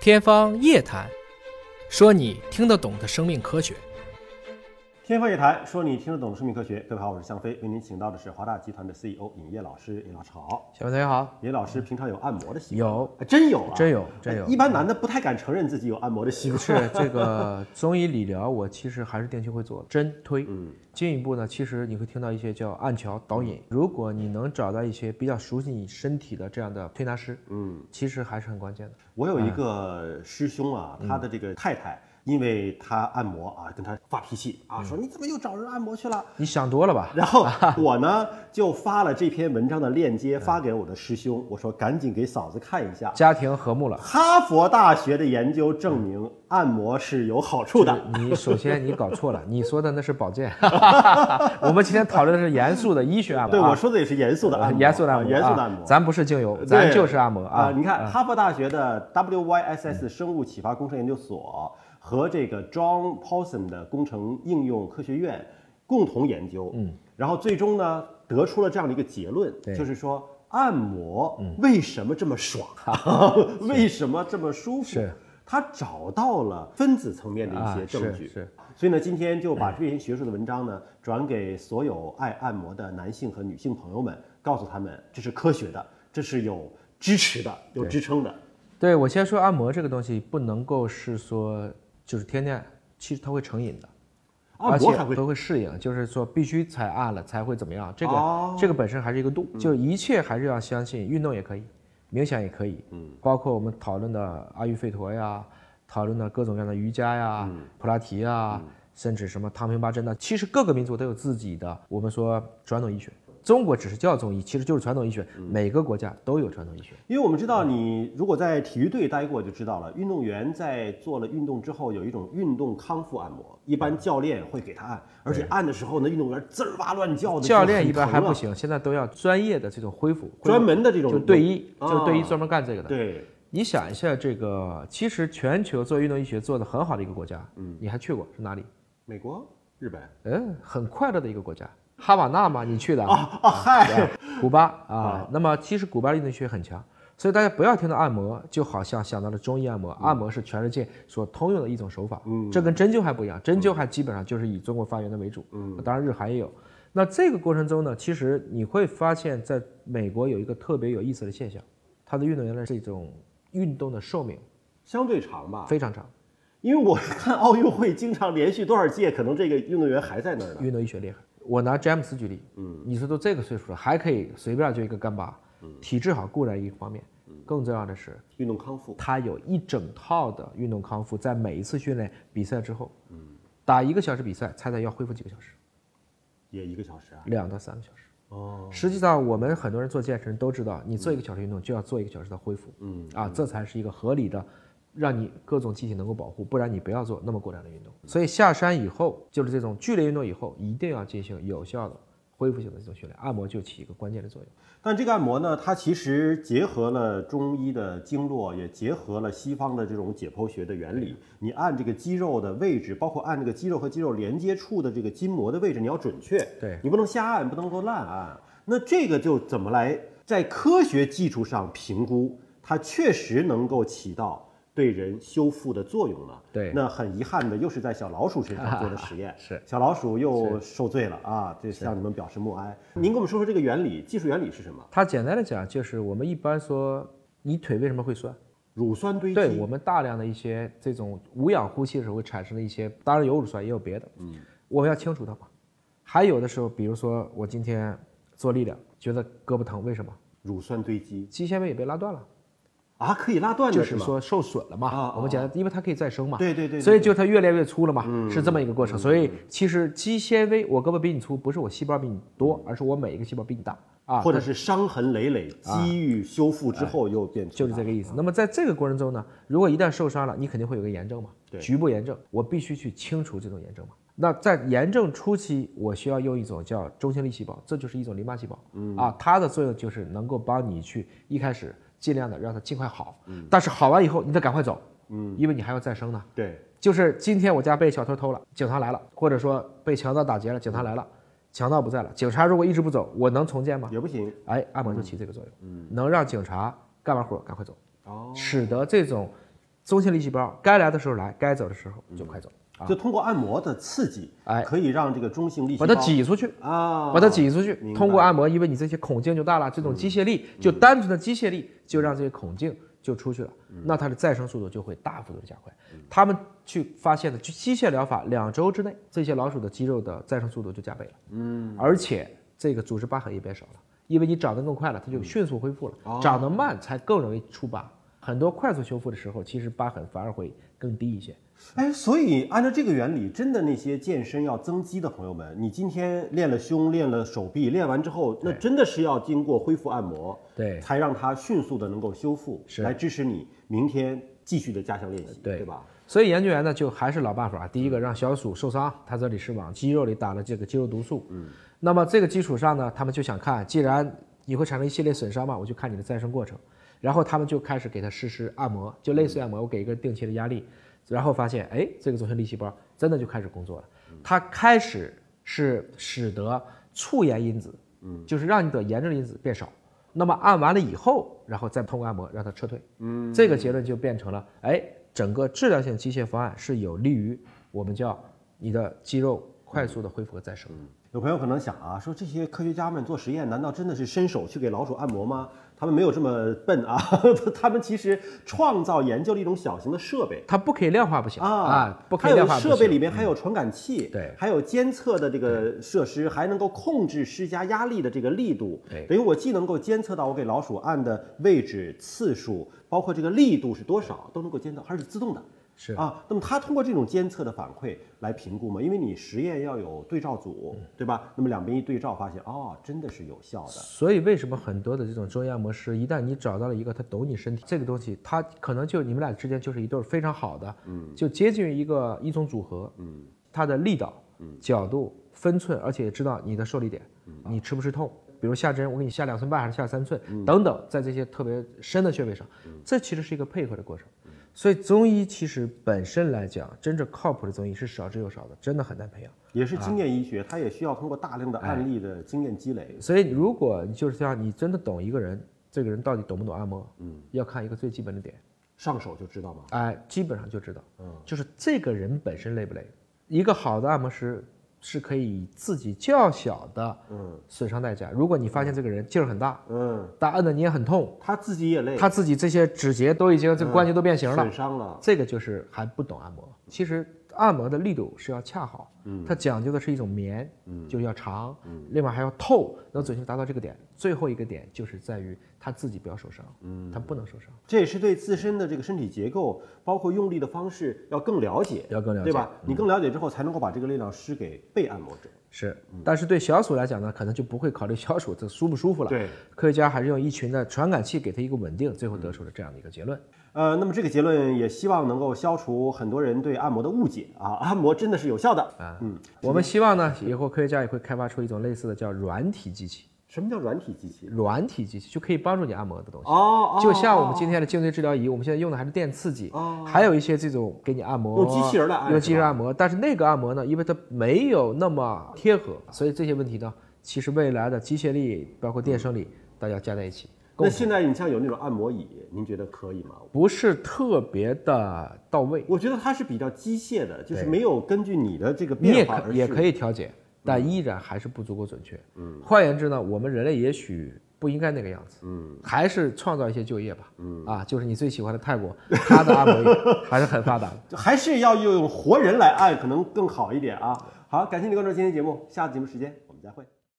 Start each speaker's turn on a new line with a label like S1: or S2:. S1: 天方夜谭，说你听得懂的生命科学。
S2: 天方夜谭，说你听得懂的生命科学。各位好，我是向飞，为您请到的是华大集团的 CEO 尹烨老师。尹老师好，
S1: 小朋友好，
S2: 尹老师平常有按摩的习惯？
S1: 有
S2: 有，真有啊，
S1: 真有真
S2: 哎
S1: 有
S2: 一般男的不太敢承认自己有按摩的习惯。
S1: 是这个中医理疗，我其实还是定期会做的针推。
S2: 嗯，
S1: 进一步呢，其实你会听到一些叫按桥导引。如果你能找到一些比较熟悉你身体的这样的推拿师，
S2: 嗯，
S1: 其实还是很关键的。
S2: 我有一个师兄啊，
S1: 嗯
S2: 他的这个太太，因为他按摩啊，跟他发脾气
S1: 嗯
S2: 啊，说你怎么又找人按摩去了？
S1: 你想多了吧？
S2: 然后我呢就发了这篇文章的链接发给我的师兄，我说赶紧给嫂子看一下。
S1: 家庭和睦了。
S2: 哈佛大学的研究证明，按摩是有好处的。
S1: 你首先你搞错了， 你说的那是保 健，我们今天讨论的是严肃的医学按摩啊。呃
S2: 对，我说的也是严肃的按摩，
S1: 严肃的
S2: 啊
S1: 按摩，
S2: 严肃的
S1: 啊
S2: 按摩。
S1: 咱不是精油，
S2: 对
S1: 咱就是按摩
S2: 啊
S1: 啊，。
S2: 你看，哈佛大学的 WYSS 生物启发工程研究所和这个 John Paulson 的工程应用科学院共同研究，嗯，然后最终呢得出了这样的一个结论，
S1: 对嗯
S2: 就是说按摩为什么这么爽， 为什么这么舒服？
S1: 是
S2: 他找到了分子层面的一些证据，
S1: 啊是是
S2: 所以呢，今天就把
S1: 嗯
S2: 这篇学术的文章呢，转给所有爱按摩的男性和女性朋友们，告诉他们这是科学的，这是有支持的、有支撑的。
S1: 对我先说按摩这个东西，不能够是说就是天天，其实它会成瘾的，
S2: 按
S1: 而
S2: 摩
S1: 且
S2: 还会
S1: 都会适应，就是说必须才按了才会怎么样。这个、
S2: 哦嗯
S1: 这个本身还是一个度，就一切还是要相信运动也可以，冥想也可以，嗯，包括我们讨论的阿育吠陀呀，讨论的各种各样的瑜伽呀、
S2: 嗯
S1: 普拉提呀，甚至什么唐平八针呐，其实各个民族都有自己的我们说传统医学。中国只是叫中医，其实就是传统医学。
S2: 嗯
S1: 每个国家都有传统医学。
S2: 因为我们知
S1: 嗯
S2: 道，你如果在体育队待过就知道了，运动员在做了运动之后，有一种运动康复按摩，一般教练会给他按，而且按的时候呢，运动员滋儿哇乱叫的，
S1: 教练一般还不
S2: 行，
S1: 行，现在都要专业的这种恢复，
S2: 啊专门的这种
S1: 就队医，
S2: 啊
S1: 就队医专门干这个的。
S2: 对，
S1: 你想一下，这个其实全球做运动医学做得很好的一个国家，嗯，你还去过是哪里？
S2: 美国、日本
S1: 嗯，很快乐的一个国家，哈瓦那嘛，你去的啊？
S2: 啊，嗨，
S1: 古巴啊。那么其实古巴的运动医学很强，所以大家不要听到按摩就好像想到了中医按摩，按摩是全世界所通用的一种手法，嗯，这跟针灸还不一样，针灸还基本上就是以中国发源的为主，嗯，当然日韩也有。那这个过程中呢，其实你会发现，在美国有一个特别有意思的现象，它的运动员的这种运动的寿命
S2: 相对长吧。
S1: 非常长。
S2: 因为我看奥运会经常连续多少届，可能这个运动员还在那儿呢。
S1: 运动医学厉害。我拿詹姆斯举例，嗯，你说都这个岁数了，还可以随便就一个干巴，体质好固然一方面，更重要的是
S2: 运动康复，
S1: 他有一整套的运动康复，在每一次训练比赛之后，嗯，打一个小时比赛，猜猜要恢复几个小时？
S2: 也一个小时啊。
S1: 两到三个小时。
S2: 哦，
S1: 实际上，我们很多人做健身都知道，你做一个小时运动就要做一个小时的恢复，
S2: 嗯，
S1: 啊，这才是一个合理的，让你各种机体能够保护，不然你不要做那么过量的运动。所以下山以后，就是这种剧烈运动以后，一定要进行有效的恢复性的这种训练，按摩就起一个关键的作用。
S2: 但这个按摩呢，它其实结合了中医的经络，也结合了西方的这种解剖学的原理。你按这个肌肉的位置，包括按这个肌肉和肌肉连接处的这个筋膜的位置，你要准确。
S1: 对
S2: 你不能瞎按，不能够滥按。啊那这个就怎么来在科学基础上评估，它确实能够起到对人修复的作用呢？
S1: 对，
S2: 那很遗憾的，又是在小老鼠身上做的实 验
S1: 是
S2: 小老鼠又受罪了啊！这向你们表示默哀。您给我们说说这个原理，技术原理是什么？
S1: 它简单的讲，就是我们一般说，你腿为什么会酸？
S2: 乳酸堆积。
S1: 对我们大量的一些这种无氧呼吸的时候会产生的一些，当然有乳酸也有别的，嗯，我们要清除它嘛。还有的时候，比如说我今天做力量，觉得胳膊疼，为什么？
S2: 乳酸堆积
S1: 肌纤维也被拉断了，
S2: 啊，可以拉断
S1: 就
S2: 的
S1: 是
S2: 吗？
S1: 说受损了嘛。
S2: 啊啊
S1: 我们讲，因为它可以再生嘛，
S2: 对对对嗯
S1: 所以就它越练越粗了嘛，是这么一个过程。所以其实肌纤维，我胳膊比你粗，不是我细胞比你多，而是我每一个细胞比你大啊，
S2: 或者是伤痕累累，机遇修复之后又变粗
S1: 就是这个意思。那么在这个过程中呢，如果一旦受伤了，你肯定会有个炎症嘛，
S2: 对
S1: 局部炎症，我必须去清除这种炎症嘛。那在炎症初期，我需要用一种叫中性粒细胞，这就是一种淋巴细胞，啊，它的作用就是能够帮你去一开始尽量的让它尽快好，但是好完以后你得赶快走，嗯，因为你还要再生呢。
S2: 对，
S1: 就是今天我家被小偷偷了，警察来了，或者说被强盗打劫了，警察来了，强盗不在了，警察如果一直不走，我能重建吗？
S2: 也不行
S1: 哎，按摩就起这个作用，能让警察干完活儿赶快走。
S2: 哦。
S1: 使得这种松懈力细胞该来的时候来，该走的时候就快走，
S2: 就通过按摩的刺激，
S1: 啊哎
S2: 可以让这个中性力细
S1: 把
S2: 胞
S1: 它挤出去。
S2: 啊，
S1: 把它挤出去
S2: 明，白嗯
S1: 通过按摩，因为你这些孔径就大了，这种机械力就单纯的机械力就让这些孔径就出去了，
S2: 嗯
S1: 那它的再生速度就会大幅度的加快。他们去发现的，就机械疗法两周之内，这些老鼠的肌肉的再生速度就加倍了，嗯，而且这个组织疤痕也变少了，因为你长得更快了，它就迅速恢复了，
S2: 嗯
S1: 长
S2: 哦
S1: 得慢才更容易出疤。很多快速修复的时候，其实疤痕反而会更低一些。
S2: 哎，所以按照这个原理，真的那些健身要增肌的朋友们，你今天练了胸，练了手臂，练完之后，那真的是要经过恢复按摩，
S1: 对
S2: 才让它迅速的能够修复，
S1: 是
S2: 来支持你明天继续的加强练习，
S1: 对
S2: 对吧？
S1: 所以研究员呢，就还是老办法，第一个让小鼠受伤，它这里是往肌肉里打了这个肌肉毒素。嗯，那么这个基础上呢，他们就想看，既然你会产生一系列损伤嘛，我就看你的再生过程。然后他们就开始给它实施按摩，就类似于按摩，我给一个定期的压力，然后发现，哎，这个中性粒细胞真的就开始工作了。它开始是使得促炎因子，嗯，就是让你得炎症的因子变少。那么按完了以后，然后再通过按摩让它撤退。嗯，这个结论就变成了，哎，整个治疗性机械方案是有利于我们叫你的肌肉快速的恢复和再生。
S2: 有朋友可能想啊，说这些科学家们做实验，难道真的是伸手去给老鼠按摩吗？他们没有这么笨啊， 他们其实创造研究了一种小型的设备。
S1: 它不可以量化不
S2: 啊
S1: 行啊不可
S2: 还
S1: 以
S2: 有
S1: 量化不行。嗯
S2: 设备里面还有传感器，
S1: 对
S2: 还有监测的这个设施，还能够控制施加压力的这个力度，
S1: 对
S2: 等于我既能够监测到我给老鼠按的位置、次数，包括这个力度是多少，都能够监测，而且是自动的。
S1: 是
S2: 啊，那么它通过这种监测的反馈来评估嘛，因为你实验要有对照组，
S1: 嗯
S2: 对吧？那么两边一对照，发现哦，真的是有效的。
S1: 所以为什么很多的这种中医按摩师，一旦你找到了一个他懂你身体这个东西，他可能就你们俩之间就是一对儿非常好的，嗯，就接近于一个一种组合，嗯，它的力道、嗯、角度、分寸，而且也知道你的受力点，嗯、你吃不吃痛。比如下针，我给你下两寸半还是下三寸，等等，在这些特别深的穴位上，这其实是一个配合的过程。所以中医其实本身来讲，真正靠谱的中医是少之又少的，真的很难培养。
S2: 也是经验医学，它也需要通过大量的案例的经验积累。
S1: 所以，如果你就是像你真的懂一个人，这个人到底懂不懂按摩，嗯，要看一个最基本的点，
S2: 上手就知道吗？
S1: 哎、基本上就知道，嗯，就是这个人本身累不累。一个好的按摩师是可以以自己较小的
S2: 嗯
S1: 损伤代价，如果你发现这个人劲儿很大，
S2: 嗯，
S1: 他摁的你也很痛，
S2: 他自己也累，
S1: 他自己这些指节都已经这个关节都变形了
S2: 损，伤了。
S1: 这个就是还不懂按摩。其实按摩的力度是要恰好，嗯，它讲究的是一种绵，嗯，就是要长，嗯，另外还要透，能准确达到这个点。最后一个点就是在于他自己不要受伤，嗯，他不能受伤。
S2: 这也是对自身的这个身体结构，包括用力的方式要更了解，
S1: 要更了解嗯
S2: 对吧？你更了解之后，才能够把这个力量施给被按摩者。
S1: 是，但是对小鼠来讲呢，可能就不会考虑小鼠这舒不舒服了。
S2: 对，
S1: 科学家还是用一群的传感器给它一个稳定，最后得出了这样的一个结论。
S2: 呃，那么这个结论也希望能够消除很多人对按摩的误解啊，按摩真的是有效的啊。嗯，
S1: 我们希望呢，以后科学家也会开发出一种类似的叫软体机器，
S2: 什么叫软体机器？
S1: 软体机器就可以帮助你按摩的东西。
S2: 哦，哦哦
S1: 就像我们今天的颈椎治疗仪，我们现在用的还是电刺激，还有一些这种给你按摩，
S2: 用机器人来按
S1: 用机器人按摩。但是那个按摩呢，因为它没有那么贴合，所以这些问题呢，其实未来的机械力包括电生
S2: 嗯
S1: 理，大家加在一起，
S2: 那现在你像有那种按摩椅，您觉得可以吗？
S1: 不是特别的到位。
S2: 我觉得它是比较机械的，就是
S1: 对
S2: 没有根据你的这个
S1: 你也
S2: 变化
S1: 可
S2: 而嗯
S1: 也可
S2: 以
S1: 以调节，但依然还是不足够准确。嗯，换言之呢，我们人类也许不应该那个样子。嗯，还是创造一些就业吧。嗯，啊，就是你最喜欢的泰国，它的按摩业 还是很发达的。
S2: 还是要用活人来按，可能更好一点啊。好，感谢您关注今天节目，下次节目时间我们再会。